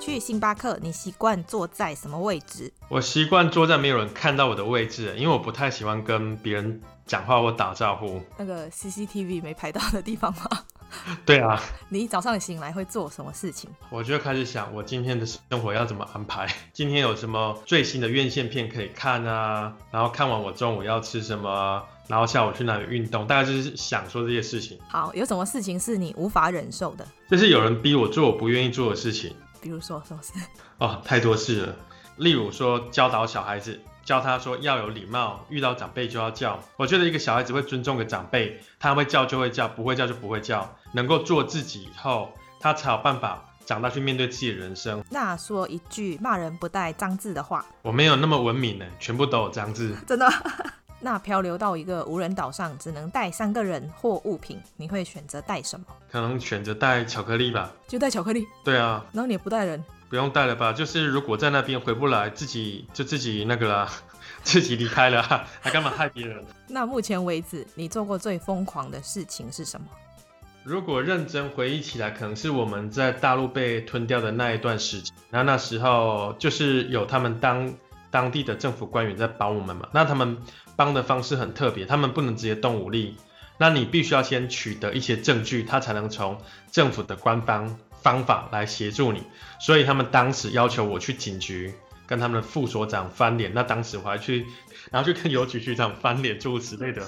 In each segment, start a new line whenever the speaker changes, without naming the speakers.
去星巴克，你习惯坐在什么位置？
我习惯坐在没有人看到我的位置，因为我不太喜欢跟别人讲话或打招呼。
那个 CCTV 没拍到的地方吗？
对啊，
你早上醒来会做什么事情？
我就开始想，我今天的生活要怎么安排？今天有什么最新的院线片可以看啊？然后看完我中午要吃什么啊，然后下午去哪里运动，大概就是想说这些事情。
好，有什么事情是你无法忍受的？
就是有人逼我做我不愿意做的事情
比如说什么事？
哦，太多事了。例如说教导小孩子，教他说要有礼貌，遇到长辈就要叫。我觉得一个小孩子会尊重个长辈，他会叫就会叫，不会叫就不会叫，能够做自己以后，他才有办法长大去面对自己的人生。
那说一句骂人不带脏字的话，
我没有那么文明呢，全部都有脏字。
真的。 那漂流到一个无人岛上，只能带三个人或物品，你会选择带什么？
可能选择带巧克力吧。
就带巧克力，
对啊，
然后你也不带人，
不用带了吧？就是如果在那边回不来，自己就自己那个啦， 自己离开了啊，还干嘛害别人？
那目前为止，你做过最疯狂的事情是什么？
如果认真回忆起来，可能是我们在大陆被吞掉的那一段时间。那那时候就是有他们当当地的政府官员在帮我们嘛。那他们帮的方式很特别，他们不能直接动武力，那你必须要先取得一些证据，他才能从政府的官方方法来协助你。所以他们当时要求我去警局跟他们的副所长翻脸。那当时我还去，然后去跟邮局局长翻脸，诸如此类的。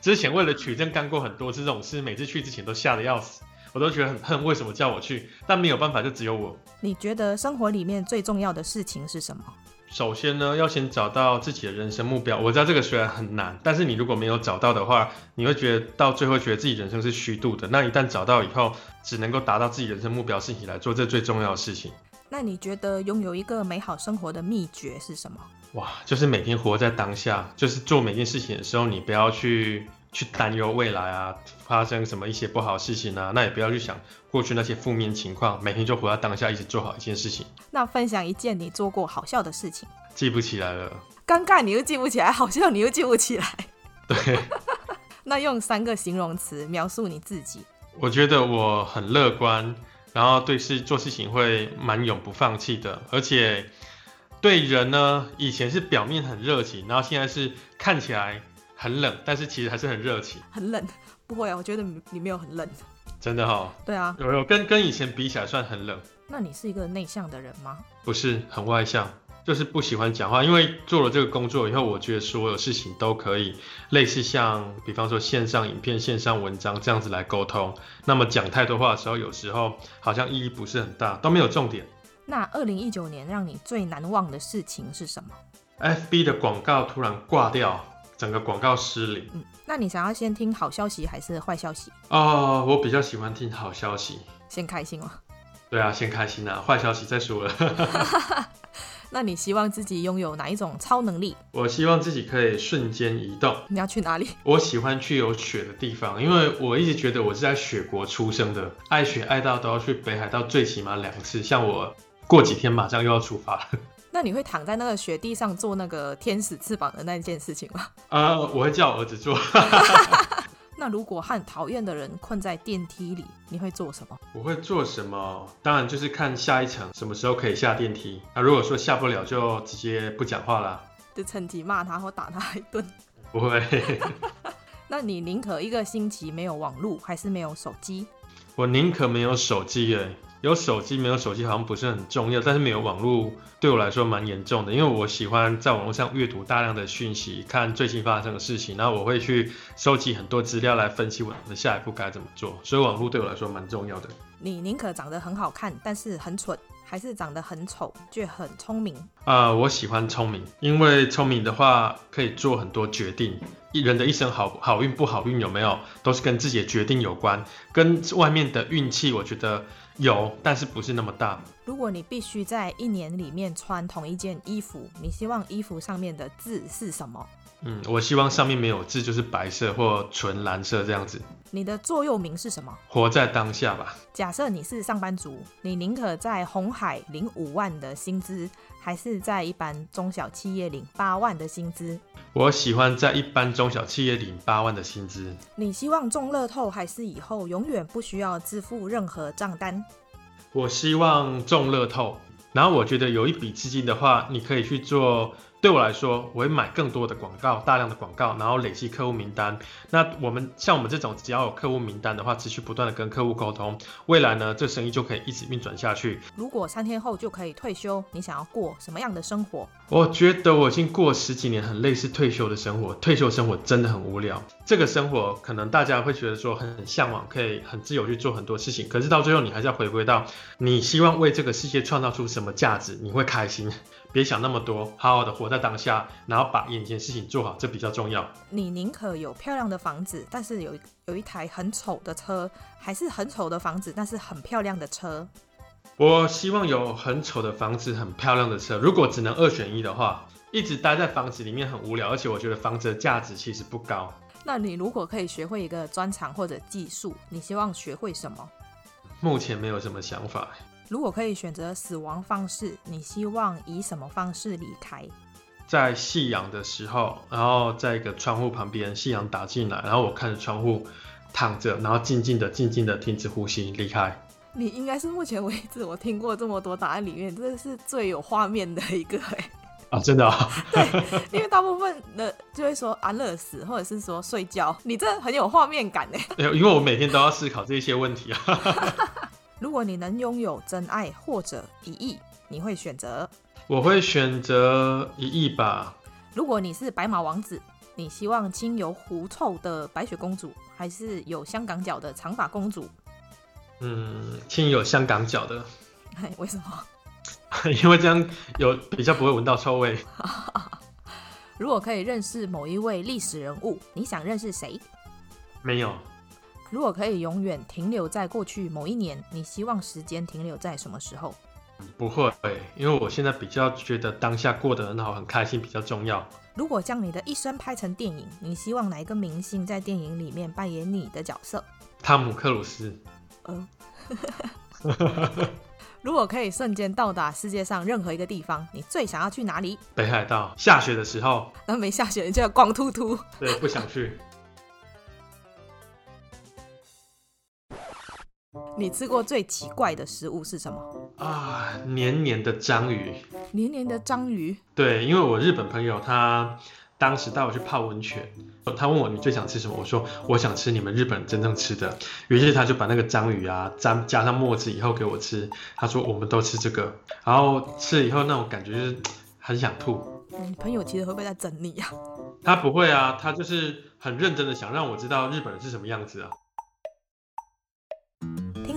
之前为了取证干过很多次这种事，每次去之前都吓得要死，我都觉得很恨，为什么叫我去？但没有办法，就只有我。
你觉得生活里面最重要的事情是什么？
首先呢，要先找到自己的人生目标。我知道这个虽然很难，但是你如果没有找到的话，你会觉得到最后觉得自己人生是虚度的。那一旦找到以后，只能够达到自己人生目标事情来做，这最重要的事情。
那你觉得拥有一个美好生活的秘诀是什么？
哇，就是每天活在当下，就是做每件事情的时候，你不要去去担忧未来啊，发生什么一些不好的事情啊，那也不要去想过去那些负面情况，每天就活在当下，一直做好一件事情。
那分享一件你做过好笑的事情，
记不起来了，
尴尬你又记不起来，好笑你又记不起来。
对，
那用三个形容词描述你自己，
我觉得我很乐观，然后对事做事情会蛮永不放弃的，而且对人呢，以前是表面很热情，然后现在是看起来很冷，但是其实还是很热情，
很冷。不会啊，我觉得你你没有很冷。
真的哈、哦，
对啊，
有有跟跟以前比起来算很冷，
那你是一个内向的人吗？
不是很外向，就是不喜欢讲话，因为做了这个工作以后，我觉得所有事情都可以类似像，比方说线上影片、线上文章这样子来沟通。那么讲太多话的时候，有时候好像意义不是很大，都没有重点。
那二零一九年让你最难忘的事情是什么？
FB 的广告突然挂掉，整个广告失灵。
嗯，那你想要先听好消息还是坏消息？
哦，我比较喜欢听好消息。
先开心哦。
对啊，先开心啊，坏消息再说了。
那你希望自己拥有哪一种超能力？
我希望自己可以瞬间移动。
你要去哪里？
我喜欢去有雪的地方，因为我一直觉得我是在雪国出生的，爱雪爱到都要去北海道最起码两次。像我过几天马上又要出发了。
那你会躺在那个雪地上做那个天使翅膀的那件事情吗？
呃，我会叫我儿子做，
那如果和讨厌的人困在电梯里，你会做什么？
我会做什么？当然就是看下一层什么时候可以下电梯。那、如果说下不了，就直接不讲话啦。
就趁机骂他或打他一顿。
不会，
那你宁可一个星期没有网络，还是没有手机？
我宁可没有手机诶，有手机没有手机好像不是很重要，但是没有网络对我来说蛮严重的，因为我喜欢在网络上阅读大量的讯息，看最新发生的事情，然后我会去收集很多资料来分析我的下一步该怎么做，所以网络对我来说蛮重要的。
你宁可长得很好看，但是很蠢，还是长得很丑却很聪明？
啊、我喜欢聪明，因为聪明的话可以做很多决定。一人的一生好好运不好运有没有，都是跟自己的决定有关，跟外面的运气我觉得有，但是不是那么大。
如果你必须在一年里面穿同一件衣服，你希望衣服上面的字是什么？
嗯，我希望上面没有字，就是白色或纯蓝色这样子，
你的座右铭是什么？
活在当下吧。
假设你是上班族，你宁可在红海领五万的薪资，还是在一般中小企业领八万的薪资？
我喜欢在一般中小企业领八万的薪资，
你希望中乐透，还是以后永远不需要支付任何账单？
我希望中乐透，然后我觉得有一笔资金的话，你可以去做。对我来说，我会买更多的广告，大量的广告，然后累积客户名单。那我们像我们这种只要有客户名单的话，持续不断的跟客户沟通，未来呢，这生意就可以一直运转下去。
如果三天后就可以退休，你想要过什么样的生活？
我觉得我已经过十几年很类似退休的生活，退休生活真的很无聊。这个生活可能大家会觉得说很向往，可以很自由去做很多事情，可是到最后你还是要回归到你希望为这个世界创造出什么价值，你会开心。 别想那么多，好好的活在当下，然后把眼前事情做好，这比较重要。
你宁可有漂亮的房子，但是有一有一台很丑的车，还是很丑的房子，但是很漂亮的车。
我希望有很丑的房子，很漂亮的车。如果只能二选一的话，一直待在房子里面很无聊，而且我觉得房子的价值其实不高。
那你如果可以学会一个专长或者技术，你希望学会什么？
目前没有什么想法。
如果可以选择死亡方式，你希望以什么方式离开？
在夕阳的时候，然后在一个窗户旁边，夕阳打进来，然后我看着窗户躺着，然后静静的、静静的停止呼吸离开。
你应该是目前为止我听过这么多答案里面，这是最有画面的一个哎、
啊，真的啊、
对，因为大部分的就会说安乐死，或者是说睡觉，你这很有画面感哎。
哎呦 因为我每天都要思考这些问题啊。
如果你能拥有真爱或者一亿，你会选择？
我会选择一亿吧，
如果你是白马王子，你希望经由狐臭的白雪公主，还是有香港脚的长发公主？
嗯，亲有香港脚的，
哎，为什么？
因为这样有比较不会闻到臭味。
如果可以认识某一位历史人物，你想认识谁？
没有，
如果可以永远停留在过去某一年，你希望时间停留在什么时候？
不会，因为我现在比较觉得当下过得很好，很开心比较重要。
如果将你的一生拍成电影，你希望哪一个明星在电影里面扮演你的角色？
汤姆克鲁斯，
嗯。 如果可以瞬间到达世界上任何一个地方，你最想要去哪里？
北海道下雪的时候，
那没下雪你就要光秃秃。
对，不想去。
你吃过最奇怪的食物是什么？
啊，黏黏的章鱼。
黏黏的章鱼。
对，因为我日本朋友他当时带我去泡温泉，他问我你最想吃什么，我说我想吃你们日本真正吃的，于是他就把那个章鱼啊沾加上墨汁以后给我吃，他说我们都吃这个，然后吃了以后那种感觉就是很想吐，
你嗯朋友其实会不会在整你啊呀、
他不会啊，他就是很认真的想让我知道日本人是什么样子啊。
听